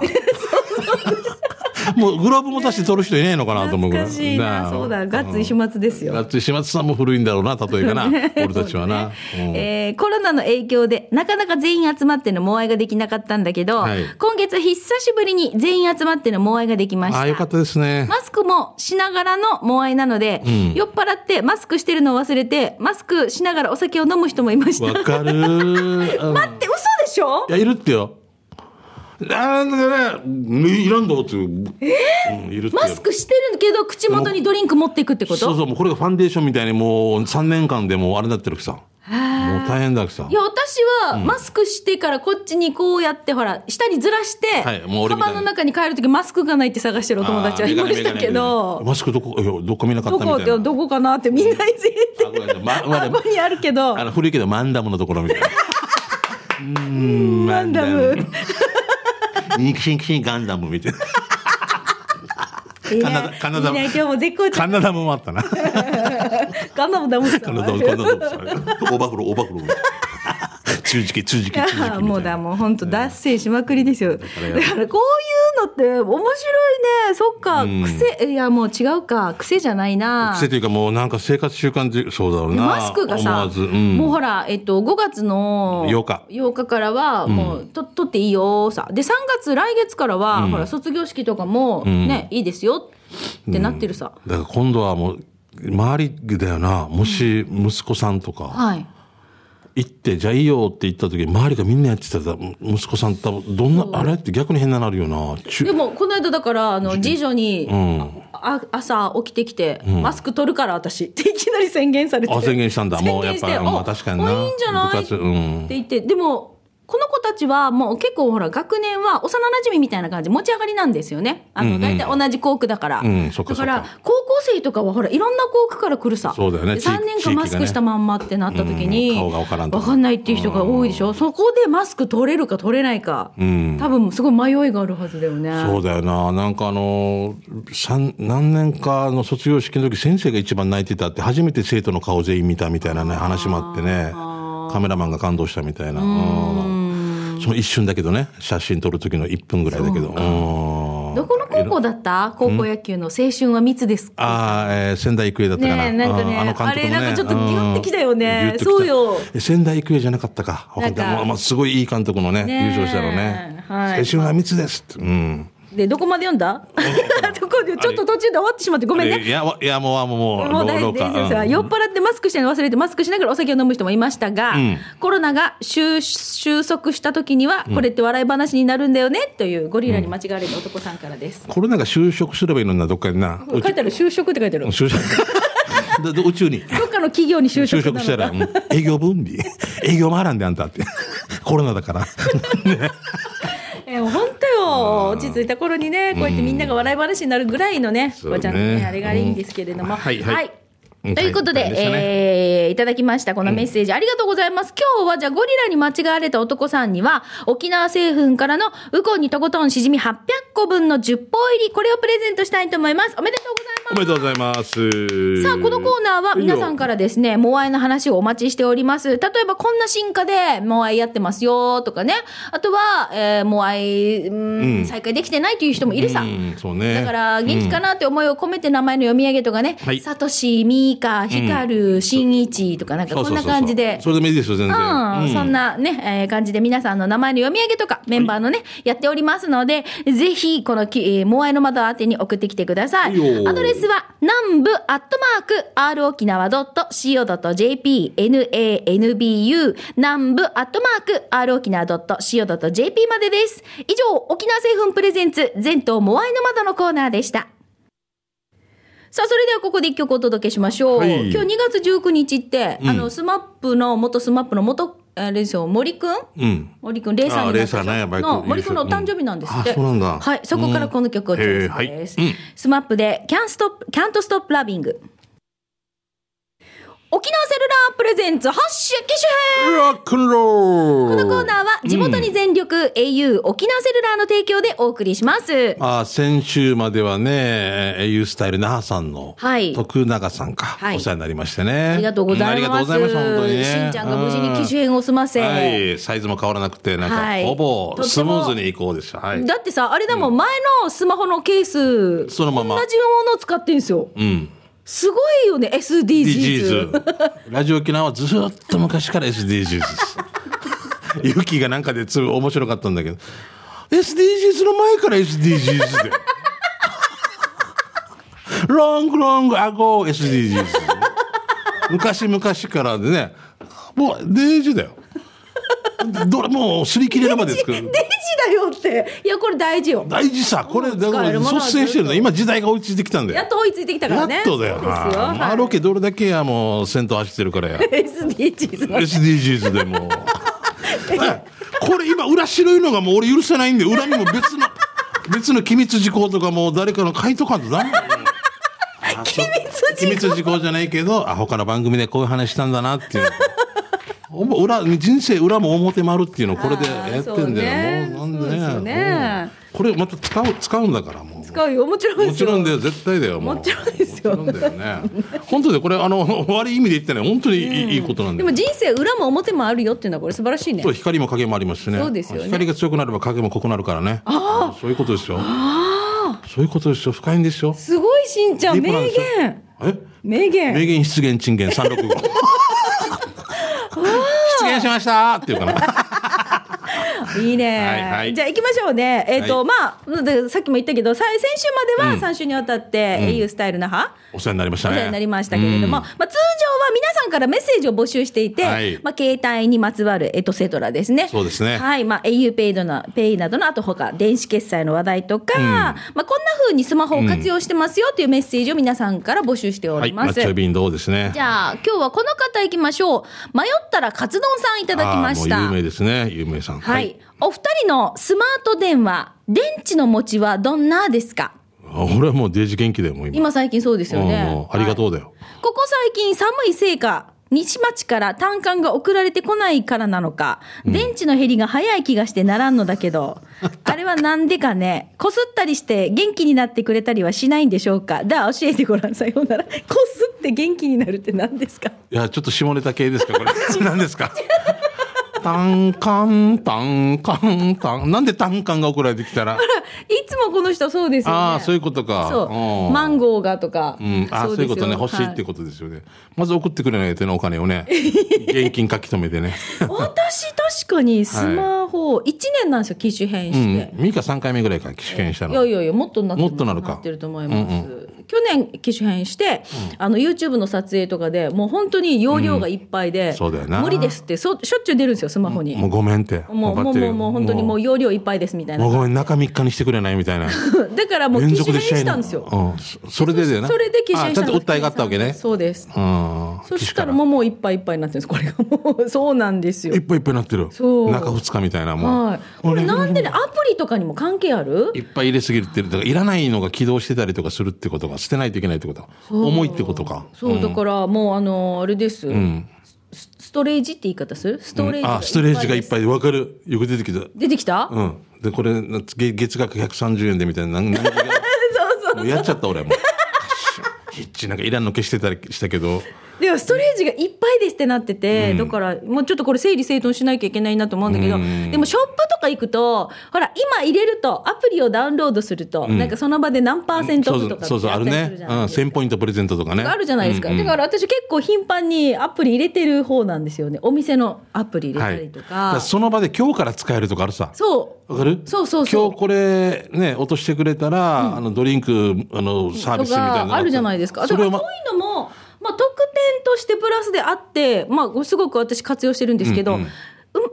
B: もうグローブ持たして撮る人いないのかなと思
A: 懐
B: うぐらい。
A: かしいな
B: あ
A: そうだガッツ石松ですよ
B: ガッツリ島津さんも古いんだろうな、例 えがな。俺たちはな。うん
A: えーコロナの影響でなかなか全員集まってのモアイができなかったんだけど、
B: はい
A: 今月久しぶりに全員集まってのモアイができまし
B: あ
A: た
B: あ、よかったですね。
A: マスクもしながらのモアイなので、
B: ん
A: 酔っ払ってマスクしてるのを忘れてマスクしながらお酒を飲む人もいました
B: わ
A: 待
B: かる。うん
A: って嘘でしょ
B: いや、いるってよ。なんだね、いらんだろっていう。うんいるってよ
A: マスクしてるけど口元にドリンク持っていくってこ
B: そう
A: と
B: そう、もうこれがファンデーションみたいにもう3年間でもうあれになってるくさ。もう大変だくさ
A: い。や私はマスクしてからこっちにこうやってほら下にずらして、
B: はいもう俺
A: カ
B: みた
A: バ
B: いな
A: ンの中に帰る時マスクがないって探してるお友達はいましたけ
B: あーメガネメガネメガネ
A: ど。
B: マスクどこ、いやどこ見なかっ
A: ど
B: たみ
A: こ
B: たいな。
A: どこかなってみんなに言って
B: あごめんなさいまま
A: あ
B: だ
A: ここにあるけど
B: あの古いけどマンダムのところみたいな。うーん、マ
A: ガンダム。
B: ニキシンキシンガンダムみたいな。
A: い
B: カナ
A: や
B: ダカナダ
A: いいね今日も絶好調
B: カンナダムもあったな。カ
A: ガンダムダムさん
B: ンナダム、カンナダム。オーバーフロー、オーバーフロー。中時期、中時期、中時期みたいな。
A: もうだもう本当脱線しまくりですよだからこういうのって面白いねそっか癖いやもう違うか癖じゃないな
B: 癖というかもうなんか生活習慣でそうだろうな。
A: マスクが
B: 思わ
A: さ、
B: ずうん
A: もうほら、えっと、5月の
B: 8日
A: 8日からは、もう、と、取っていいよ、さ。で、3月、来月からは、ほら、卒業式とかも、ね、いいですよってなってるさ。
B: だから今度はもう周りだよなもし息子さんとか
A: はい。
B: 行って「じゃあいいよ」って言った時周りがみんなやってたら息子さん多分どんなあれって逆に変ななるよなちゅ
A: でも、この間だから、あの、次女に、
B: うん
A: あ朝起きてきて、マスク取るから私っていきなり宣言されて
B: あ宣言したんだもうやっ
A: 宣言して
B: ぱりま
A: あ
B: あ確かにな
A: もういいんじゃない
B: 部活うん
A: って言ってでもこの子たちはもう結構ほら学年は幼馴染みみたいな感じ持ち上がりなんですよねあの、大体同じ校区だから、
B: うんそっか
A: だ
B: そ
A: か
B: っから
A: 高校生とかはほらいろんな校区から来るさ
B: そうだよね
A: で3年間マスクしたまんまってなった時に、
B: うん顔がわからんと
A: わないっていう人が多いでしょ、そこでマスク取れるか取れないか、
B: ん
A: 多分すごい迷いがあるはずだよね
B: そうだよななんかあの三何年かの卒業式の時先生が一番泣いてたって初めて生徒の顔全員見たみたいなね話もあってねカメラマンが感動したみたいなうんその一瞬だけどね写真撮る時の1分ぐらいだけどうん
A: どこの高校だった高校野球の青春は密です
B: ああ、えー仙台育英だったかな。
A: ねえなんかね
B: あーあの監督もね、
A: あれなんかちょっとギュッてきたよね
B: うんギュッてきた
A: そうよ
B: え仙台育英じゃなかったか。わか
A: なん
B: んない
A: か
B: まあまあ、すごいいい監督のね、
A: ねえ
B: 優勝したのね。
A: はい
B: 青春は密ですって。うん。
A: でどこまで読んだ どこでちょっと途中で終わってしまってごめんね
B: えいや、わいや、もう、あもう、もう、
A: もう大
B: 老
A: 丈夫
B: 老
A: で
B: 化
A: すよ
B: うん
A: 酔っ払ってマスクしてるの忘れてマスクしながらお酒を飲む人もいましたが、コロナが収収束した時にはこれって笑い話になるんだよねというゴリラに間違われた男さんからです、
B: コロナが就職すればいいのにな、どっか にな。
A: 書いてある就職って書いてある
B: 宇宙就職。 だだ宇宙に。
A: どっかの企業に就
B: 就
A: 職
B: 職
A: な
B: した
A: の
B: ら、
A: か
B: うん営業分離。営業回らんで、あんたって。コロナ だから。
A: えー本当よ落ち着いた頃にねこうやってみんなが笑い話になるぐらいのね
B: そう
A: ご
B: ね
A: ちゃんのねあれがいいんですけれども、
B: うんはいはいうん
A: ということで、
B: 大変でしたね
A: えーいただきましたこのメッセージ、ありがとうございます今日はじゃあゴリラに間違われた男さんには沖縄製粉からのウコンにとことんしじみ800個分の10本入りこれをプレゼントしたいと思いますおめでとうございます
B: おめでとうございます。
A: さあ、このコーナーは皆さんからですね、モアイの話をお待ちしております。例えば、こんな進化でモアイやってますよとかね。あとは、えーモアイ、うん、再開できてないという人もいるさ。
B: うん、そうね。
A: だから、元気かなって思いを込めて名前の読み上げとかね
B: は。い
A: サトシ、ミーカ、ヒカル、シンイチとかなんか
B: そう
A: こ
B: そ
A: ん
B: うそう
A: な
B: そう
A: 感じで。
B: それでもいいですよ、全然。
A: うんそんなね、えー感じで皆さんの名前の読み上げとか、メンバーのね、やっておりますので、ぜひ、このき、えー、モアイの窓宛てに送ってきてください。
B: いいよ
A: アドレスは、南部アットマーク、r 沖縄 .co.jp、nanbu、南部アットマーク、r 沖縄 .co.jp までです。以上、沖縄製粉プレゼンツ、全島モアイの窓のコーナーでした。さあ、それではここで一曲お届けしましょう。
B: はい
A: 今日2月19日って、あの、スマップの、元スマップの元、あれですよ、森くん
B: うん。
A: 森くん、レーサーになった
B: あーレーサーねバイク
A: の森くんのお誕生日なんですって。
B: あそうなんだ
A: はい、そこからこの曲を聴いて
B: うんへー
A: です。
B: はいうん
A: スマップで、Can't Stop, Can't Stop Loving。沖縄セルラープレゼンツ、発ッ機種編
B: ロックンロ
A: こ
B: ール
A: のコーナーは地元に全力、au 沖縄セルラーの提供でお送りします。
B: あー先週まではね、えー au スタイル那覇さんの、
A: はい
B: 徳永さんか、
A: はい
B: お世話になりましてね。
A: ありがとうございます。
B: ありがとうございました、本当にね。
A: しんちゃんが無事に機種編を済ませ。
B: はい、サイズも変わらなくて、なんか、
A: はい
B: ほ
A: と
B: ぼ
A: っても
B: スムーズにいこうでした。はい。
A: だってさ、あれだもん、前のスマホのケース、
B: そのまま
A: 同じものを使ってんすよ。
B: うん。
A: すごいよね、SDGs。
B: DGs。ラジオ沖縄はずーっと昔から SDGs です。ユキがなんかでつ面白かったんだけど、SDGs の前から SDGs で。ロングロングアゴー SDGs。昔々からでね、もうデージだよ。どれもう擦り切れるまで作
A: デジ
B: る。
A: だよって。いや、これ大事よ。
B: 大事さ、これ、だから率先してるの。今時代が追いついてきたんだ
A: やっ
B: よ。
A: と追いついてきたか
B: や
A: ら
B: っ
A: ね。
B: とだよ。
A: そう
B: な
A: ですよ。
B: まあ、
A: はい
B: ロケどれだけや、もう先頭走ってるからや。
A: SDGs の。
B: SDGs でもうはいこれ今裏白いのがもう俺許せないんで裏にも別 の別の機密事項とかもう誰かの書いとかんとダメ機
A: 密
B: 機密事項じゃないけ どあ他の番組でこういう話したんだなっていう おも裏人生裏も表もあるっていうのをこれでやってんだよ
A: あー
B: も
A: そううね
B: なん
A: そう
B: で
A: ですよね
B: うんこれまた使う使うんだからもう
A: 使うよ。もちろんで
B: も
A: す
B: ち
A: よ。
B: ろんだよ絶対だよもう
A: もちろんですよ
B: もちろんだよね本当でこれあの悪い意味で言ってない本当にいい,、いいことなん
A: で
B: だよ
A: も人生裏も表もあるよっていうのはこれ素晴らしいね
B: そう。光も影もありますしね
A: そうですよね
B: 光が強くなれば影も濃くなるからねそういうことですよそういうことですよ深いんですよ
A: すごいしんちゃん、
B: ディープ
A: 名
B: なんですよ
A: 言。
B: え
A: 名
B: 名
A: 言。
B: 言出現賃言365 出現しましたっていうかない
A: いね。
B: はいはい
A: じゃあ行きましょうね。えっ、と、
B: はい
A: まあ、でさっきも言ったけど、さ先週までは3週にわたって、au スタイル那覇。
B: お世話になりました
A: お
B: ね
A: 世話になりましたけれども、まあ、通常は皆さんからメッセージを募集していて、
B: はい
A: まあ、携帯にまつわるエトセトラですね。
B: そうですね
A: はい。まあ、au ペイドな、ペイなどの、あと他、電子決済の話題とか、まあ、こんな風にスマホを活用してますよというメッセージを皆さんから募集してお
B: は
A: り
B: い
A: ま
B: マ
A: す。
B: ッチョビンどうですね
A: じゃあ、今日はこの方行きましょう。迷ったらカツ丼さんいただきました。
B: あーもう有名ですね有名さん
A: はい。お二人のスマート電話、電池の持ちはどんなですか
B: あ俺はもうデージ元気だよもう今
A: 今最近そうですよ
B: うん
A: ね
B: も。うありが
A: う。
B: とうだよ
A: ここ最近寒いせいか、西町から単管が送られてこないからなのか、電池の減りが早い気がしてならんのだけ ど、あれはなんでかね、こすったりして元気になってくれたりはしないんでしょうか。だ、教えてごらんさようなら。こ すって元気になるって何ですか
B: いや、ちょっと下ネタ系ですか、これ。何ですか。タンカン、タンカン、タン。なんでタンカンが送られてきたら。
A: いつもこの人そうですよね。
B: ああ、そういうことか。
A: そう。マン
B: ゴ
A: ゴーがとか。
B: うん、ああ、そう
A: です
B: いうことね。
A: よ
B: 欲しいってことですよね。まず送ってくれないとね、お金 をね。現金書き留めてね。
A: はい私、確かにスマホ、1年なんですよ、機種変
B: う
A: して
B: ん。。ミカ3回目ぐらいから機種変した
A: いや
B: の。
A: いやいや、もっとなって
B: もっとなるか
A: ってると思います。去年、機種変して、あの、YouTube の撮影とかでもう本当に容量がいっぱいで、
B: んそうだよな
A: 無理ですってそ、しょっちゅう出るんですよ、スマホに。
B: もうごめんって。
A: もう、もう、もう、もう本当にもう容量いっぱいですみたい
B: もう
A: な。
B: ごめん、中3日にしてくれないみたいな。
A: だからもう
B: 連
A: 機種
B: 続で
A: 変
B: 試合
A: したんですよ。
B: うん。そそれでだよな。
A: それで機種
B: あ
A: 変し
B: ち
A: た
B: ゃん
A: の
B: と訴えがあったわけね。
A: そうです。
B: うん。
A: そしたら
B: う
A: もうもういっぱいいっぱいになってるんです、これがもう。そうなんですよ
B: いっ。ぱいいっぱいなってる。
A: そう
B: 中二日みたいなもう。
A: はい。これなんでね、アプリとかにも関係ある
B: いっぱい入れすぎるって、だからいらないのが起動してたりとかするってことが、捨てないといけないってことか重いってことか。
A: そう、だからもうあの、あれです、
B: うん。
A: スストレージって言い方するストレージがいっぱいです、
B: あ、ストレージがいっぱいで、わかる。よく出てきた。
A: 出てきた、
B: うん。で、これ、な月月額130円でみたいな、な んなんか
A: そうそ
B: も
A: う。
B: うやっちゃった俺も う。ヒッチなんかいらんの消してたりしたけど、
A: でもストレージがいっぱいですってなってて、だからもうちょっとこれ整理整頓しなきゃいけないなと思うんだけど、
B: うん
A: でもショップとか行くと、ほら、今入れるとアプリをダウンロードすると、なんかその場で何パーセント
B: そ
A: オ
B: う
A: フ
B: そ
A: と
B: う
A: かって
B: そうそう、あ
A: った
B: る
A: りす
B: ね。
A: る
B: う
A: じ
B: ん
A: ゃないですか。
B: 1000ポイントプレゼントとかね。
A: あるじゃないですか、
B: うんうん
A: だから私結構頻繁にアプリ入れてる方なんですよねお店のアプリ入れ
B: は
A: た
B: い。
A: り
B: だ
A: と
B: か
A: か、
B: らその場で今日から使えるとかあるさ。
A: そう
B: わかる
A: そうそうそう
B: 今日これね、落としてくれたら、あの、ドリンク、あの、サービ
A: と
B: スみたいなのが
A: かあるじゃないですか。だ
B: そ
A: か
B: れ
A: ら
B: を、
A: そうい
B: ま、
A: うのも、まあ、特典としてプラスであって、まあ、すごく私活用してるんですけど、うん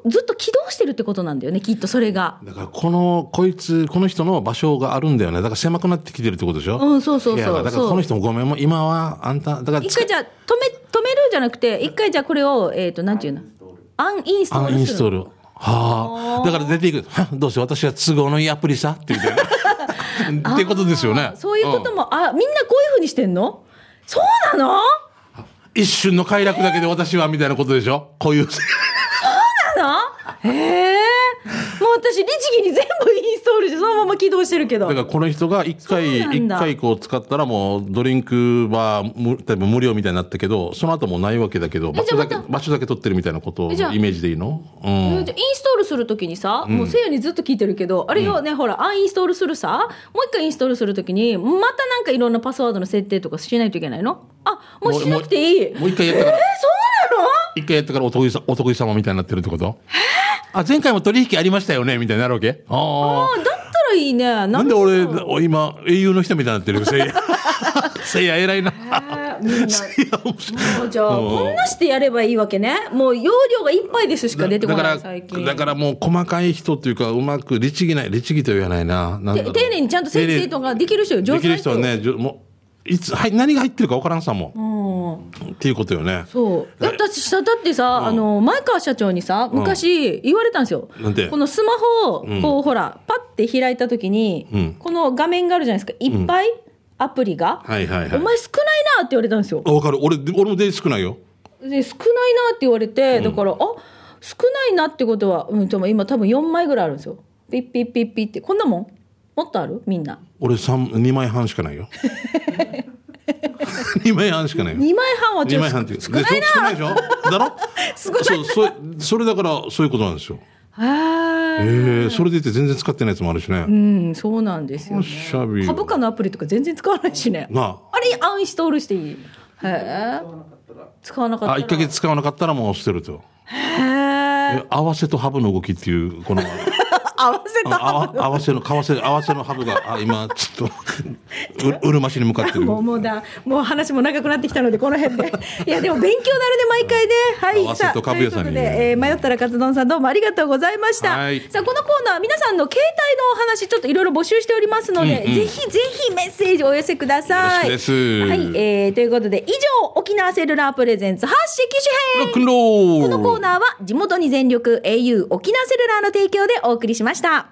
A: ずっと起動してるってことなんだよね、きっとそれが。
B: だからこの、こいつ、この人の場所があるんだよね。だから狭くなってきてるってことでしょ
A: うんそうそうそう
B: いやだから
A: そう
B: この人もごめんもう、今はあんた、だから
A: 一
B: つ
A: 回じゃあ止め、止めるじゃなくて、一回じゃあこれを、えっ、と、なんていうのアンインスト
B: あ
A: ー
B: の
A: ル
B: イン
A: す
B: ス
A: る
B: トール。はあ。だから出ていく。はどうせ私は都合のいいアプリさって 言ってね。ってことですよね。
A: そういうこと
B: ん
A: も、あみんなこういうふうにしてんのそうなの
B: 一瞬の快楽だけで私はみたいなことでしょこういう。
A: なのええもう私律儀に全部インストールしてそのまま起動してるけど
B: だからこの人が一回、
A: そうなん
B: 一
A: だ
B: 回こう使ったらもうドリンクはむ多分無料みたいになったけど、その後もうないわけだけど、場
A: じゃ
B: 所
A: あ
B: だけ、
A: また
B: 場所だけ取ってるみたいなことをイ
A: えじゃあ
B: メージでいいのう
A: え
B: ん。
A: ーじゃあインストールするときにさ、もうせいやにずっと聞いてるけど、あれよね、ほら、アンインストールするさ、もう一回インストールするときに、またなんかいろんなパスワードの設定とかしないといけないのあ、もうしなくていい。えー、そう
B: もう一回やったから、
A: なの
B: 一回やったからお得意さ、お得意様みたいになってるってことあ、前回も取引ありましたよねみたいになるわけああ。
A: あだったらいいね。な
B: なん
A: ん
B: で
A: で
B: 俺、お今、英雄の人みたいになってるせいや。 せいや偉いな。
A: みん
B: せいや面白い
A: な、もうじゃあ、
B: うん
A: こんなしてやればいいわけね。もう容量がいっぱいですしか出てこない、最近。
B: だからもう細かい人っていうかうまく律儀ない律儀とは言わないななんだろ
A: て
B: う
A: 丁寧にちゃんと先生とかできる人よ、
B: 丁寧
A: 上
B: でき
A: 手
B: る
A: な人
B: 人は。ねじょもういつはい何が入ってるか分からんさも
A: うん
B: うっていうことよね
A: そうだってさだってさ、あの前川社長にさ昔言われたんですよ、
B: なんて
A: このスマホをこう、ほらパッて開いた時に、
B: うん
A: この画面があるじゃないですかいっぱいアプリが、
B: はいはいは
A: お前少
B: い
A: ないなって言われたんですよ
B: あ分かる俺で俺も出少ないよ
A: で少ないなって言われてだから、あ少ないなってことは、うん、でも今多分4枚ぐらいあるんですよピッピッピッピッってこんなもんもっとあるみんな
B: 俺三二枚半し かないよ二枚半しかないよ
A: 2枚半はち
B: 二
A: ょっ
B: 枚
A: と少
B: 半っていう
A: 少ない
B: でそ少ないでしょだろ
A: 少ない
B: そうそれそれだからそういうことなんですよ
A: へ
B: え
A: ー
B: ー、それでいて全然使ってないやつもあるしね、
A: うんそうなんですよ、ね
B: シャビー
A: 株価のアプリとか全然使わないしね。
B: な
A: あれ、アンインストールしていい。へえ。使わなかった
B: あ
A: ら。
B: あ1か月使わなかったらもう捨てると
A: へえ。
B: え合わせとハブの動きっていうこの
A: 合わせ
B: あ
A: た。
B: わ合わせの合わせ合わせのハブがあ今ちょっとううるま市に向かってる
A: もう、もうだ、もう話も長くなってきたので、この辺で。 いや、でも勉強になるね、毎回ね。
B: 合
A: は
B: わ
A: い、さ
B: せと
A: あ、と
B: 株
A: い
B: 屋
A: う
B: さ
A: こ
B: ん
A: と
B: に
A: で、えー迷ったらカツ丼さん、どうもありがとうございました。
B: はい
A: さあ、このコーナー、皆さんの携帯のお話、ちょっといろいろ募集しておりますので、ぜひぜひメッセージお寄せください。
B: よろしくです
A: はい、えーということで、以上、沖縄セルラープレゼンツ発信機種編。
B: ロックンロ
A: このコー
B: ール
A: ナーは地元に全力 au 沖縄セルラーの提供でお送りしました。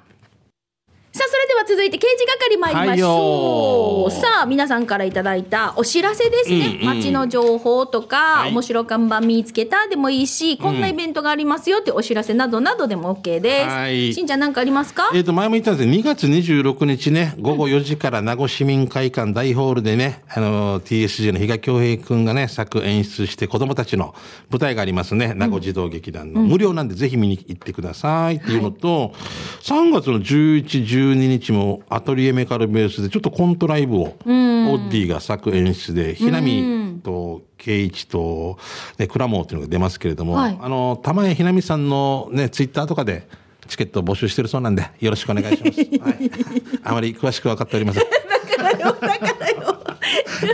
A: さあ、それでは続いて刑事係参りましょう。
B: はいよー
A: さあ、皆さんからいただいたお知らせですね。
B: うんうん
A: 街の情報とか、
B: はい
A: 面白看板見つけたでもいいし、こんなイベントがありますよってお知らせなどなどでも OK です。
B: はい
A: しんちゃん何かありますか
B: えっと前も言ったんですけど2月26日ね午後4時から名護市民会館大ホールでね、あのー TSJ の比嘉恭平君がね作演出して子供たちの舞台がありますね名護児童劇団の、無料なんでぜひ見に行ってくださいっていうのと、3月の1112日もアトリエメカルベースでちょっとコントライブをオッディが作演出でひなみと圭一と、ね、クラモーっていうのが出ますけれども、
A: はい
B: あの玉江ひなみさんのねツイッターとかでチケットを募集してるそうなんでよろしくお願 いします、はい、あまり詳しく分かっておりません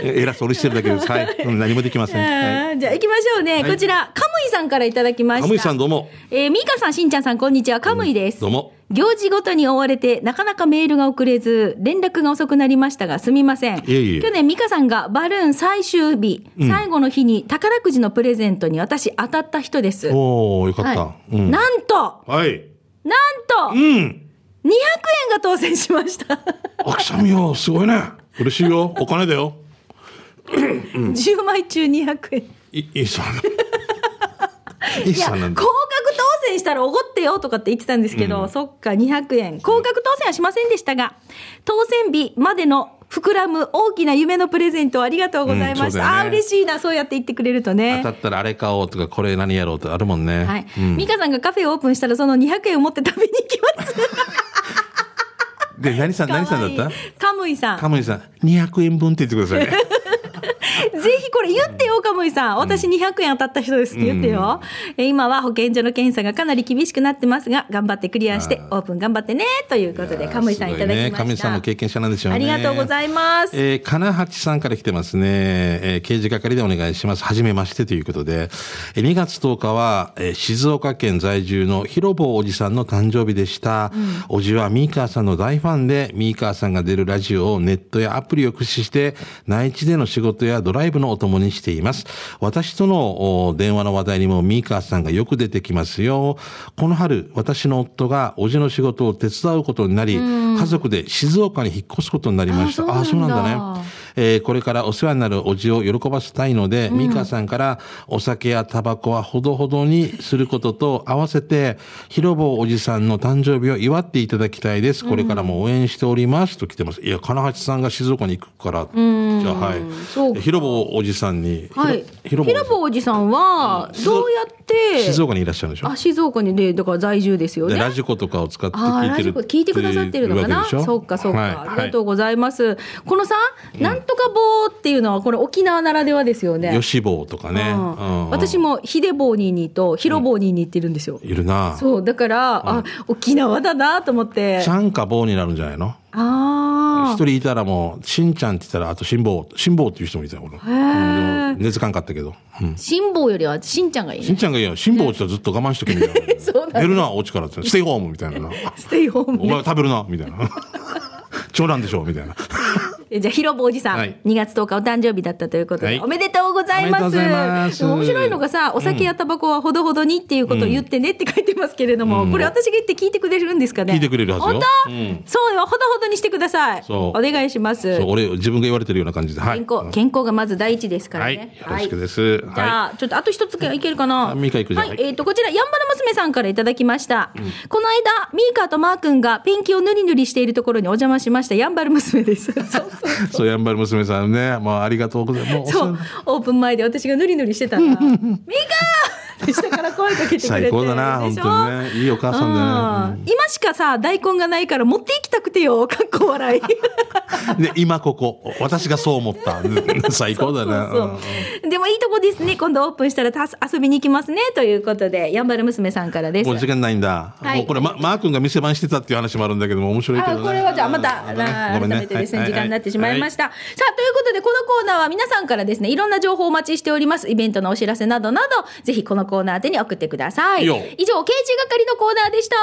B: え偉そうにしてるだけです はいうん何もできません、はい、
A: あーじゃあ行きましょうね。
B: はい
A: こちら、カムイさんからいただきました。
B: カムイさんどうも
A: えー、ミーカさん、しんちゃんさん、こんにちは。カムイです。
B: どうも
A: 行事ごとに追われて、なかなかメールが送れず、連絡が遅くなりましたが、すみません。
B: えいえ
A: 去年、美香さんがバルーン最終日、最後の日に宝くじのプレゼントに私当たった人です。は
B: おおよかった、
A: い
B: うん
A: なんと、
B: はい
A: なんと、200
B: うん
A: 円が当選しました。
B: あくしゃみよすごいね嬉しいよお金だよ
A: 10枚中200円。
B: いいいさんいい
A: いや、
B: さ
A: 高
B: んなん
A: 額
B: だ
A: 当選したらおごってよとかって言ってたんですけど、そっか、200円。高額当選はしませんでしたが、当選日までの膨らむ大きな夢のプレゼントをありがとうございま
B: うん
A: し
B: そ
A: た。
B: うだよね
A: ああ、嬉しいな、そうやって言ってくれるとね
B: 当た。ったらあれ買おうとかこれ何やろうとかあるもんね、
A: はい。
B: うん
A: 美香さんがカフェをオープンしたら、その200円を持って食べに行きます。
B: で何さん何さんだっ
A: かわいいカムイさ
B: た
A: ん。
B: カムイさん200円分って言ってく ださいね
A: ぜひこれ言ってよ、カムイさん。私200円当たった人ですって言ってよ。え今は保健所の検査がかなり厳しくなってますが、頑張ってクリアして、オープン頑張ってね、ということで、カムイさんいただきました。
B: すごねカムイさんも経験者なんでしょうね。
A: ありがとうございます。
B: えー、金八さんから来てますね。えー、刑事係でお願いします。はじめましてということで。えー、2月10日は、えー静岡県在住の広坊おじさんの誕生日でした。おじはミーカーさんの大ファンで、ミーカーさんが出るラジオをネットやアプリを駆使して、内地での仕事や動ドライブのお供にしています。私とのお電話の話題にもミーカーさんがよく出てきますよ。この春、私の夫がおじの仕事を手伝うことになり、家族で静岡に引っ越すことになりました。
C: あ
B: あ
C: ー
B: あー、
C: そ
B: そうう
C: な
B: なんん
C: だ
B: だね。えーこれからお世話になるおじを喜ばせたいので、ミカさんからお酒やタバコはほどほどにすることと合わせて、広坊おじさんの誕生日を祝っていただきたいです。これからも応援しております。と来てます。いや、金八さんが静岡に行くから、じゃあ
C: そう
B: は
C: か
B: い。広坊おじさんに、
A: はい。
B: ひ
A: ひ
B: ろ
A: ろ
B: ぼおじさ
A: ぼおじさん
B: ん
A: は、
B: ん
A: どうやって、
B: 静岡にいらっしゃるんでしょ
A: あ、静岡にね、だから在住ですよ
B: で
A: ね。
B: ラジコとかを使って
A: あ
B: 聞
A: あ、
B: い
A: ラ
B: て
A: ジ
B: る
A: コ聞いてくださってるのか
B: わ
A: な。
B: けでしょ
A: そうか、そうか、
B: はい
A: ありがとうございます。このさ、なんとか棒っていうのは、これ沖縄ならではですよね。
B: 吉坊とかね。
A: う
B: うんん
A: 私。もひで棒ににと、ひろぼうににっているんですよ。
B: いるな。
A: そう、だから、あ、沖縄だなと思って。
B: ちゃんか棒になるんじゃないの
A: あ
B: 一人いたらもう、しんちゃんって言ったら、あと、しんぼう、しんぼうっていう人もいたよ、俺。うんでも根付かんかったけど。うん
A: あ、辛抱よりはしんちゃんがいい
B: しん
A: ね。
B: ちゃんがいいよ、しんぼうって言ったらずっと我慢しとけみた い
A: そうなんだ
B: な。出るな、お家からって。ステイホームみたい なな。
A: ステイホー
B: お
A: ム
B: 前
A: ね。
B: は食べるな、みた いな。長男でしょ、みたいな。
A: えじゃあ、ひろぼうおじさん、
B: はい
A: 2月10日お誕生日だったということで、
B: はい
A: おめでとうございます。
B: おめでとうございます
A: でも面白いのがさ、お酒やタバコはほどほどにっていうことを言ってねって書いてますけれども、これ私が言って聞いてくれるんですかね。
B: 聞いてくれるはずよ
A: 本当、
B: うん
A: そうよ、ほどほどにしてください。
B: そ
A: お
B: う
A: 願いします。
B: そう、俺、自分が言われてるような感じで。はい。
A: 健康、健康がまず第一ですから
B: はい。よ
A: ね。
B: ろしくです。
A: じゃ
B: は
A: あ、ちょっとあと一ついけるかな。
B: あミーカ行くじゃん
A: はい、
B: はい
A: えっ、と、こちら、やんばる娘さんからいただきました。この間、ミーカとマー君がペンキをぬりぬりしているところにお邪魔しました、やんばる娘 です。そうそう
B: い。そう、やんばる娘さんね。もうありがとうございますもうお世
A: そ
B: 話
A: う
B: に。
A: オープン前で私がぬりぬりしてたら、ミーカーって下から声かけてくれて。
B: 最高だな、本
A: でしょ
B: 当にね。いいお母さんだね。
A: うん今しかさ、大根がないから持っていきたくてよ、 かっこ笑い。
B: で、今ここ。私がそう 思った。最高だな。
A: そうでもいいとこですね。今度オープンしたらた遊びに行きますね。ということで、やんばる娘さんからです。
B: もう時間ないんだ。
A: はい
B: もうこれ、ま、マー君が店番してたっていう話もあるんだけども、面白いけど
A: あ
B: ね。
A: これはじゃあまた
B: うん
A: あ改
B: ごんね
A: めてですね
B: はい
A: 時間になってしまいまし
B: は
A: た。さあということでこのコーナーは皆さんからですねいろんな情報をお待ちしておりますイベントのお知らせなどなどぜひこのコーナー宛てに送ってください。
B: いい
A: 以
B: よ
A: 上刑事係のコーナーでした。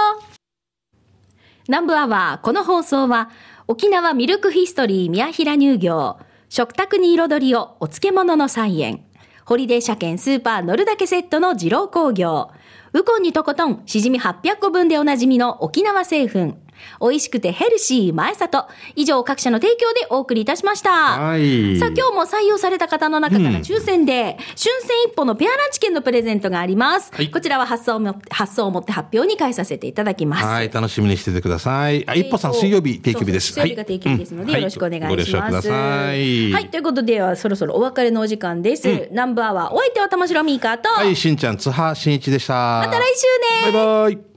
A: 南部アワーこの放送は沖縄ミルクヒストリー宮平乳業食卓に彩りをお漬物の菜園ホリデー車検スーパー乗るだけセットの二郎工業ウコンにとことんしじみ800個分でおなじみの沖縄製粉美味しくてヘルシー前里以上各社の提供でお送りいたしました、
B: はい
A: さあ今日も採用された方の中から抽選で、春戦一歩のペアランチ券のプレゼントがあります、
B: はい
A: こちらは発送をもって発送をもって発表に返させていただきます、
B: はい、楽しみにしててください。あ、一歩さん、水曜日定休日で
A: そ
B: す。
A: うそう水曜日が定休日ですので、
B: はい
A: よろしくお願いします。
B: ご了承ください。
A: はい、ということでは、そろそろお別れのお時間です。南部アワー、お相手は玉城ミーカーと、
B: はい、しんちゃん、津波しんいちでした。
A: また来週ね
B: バイバイ。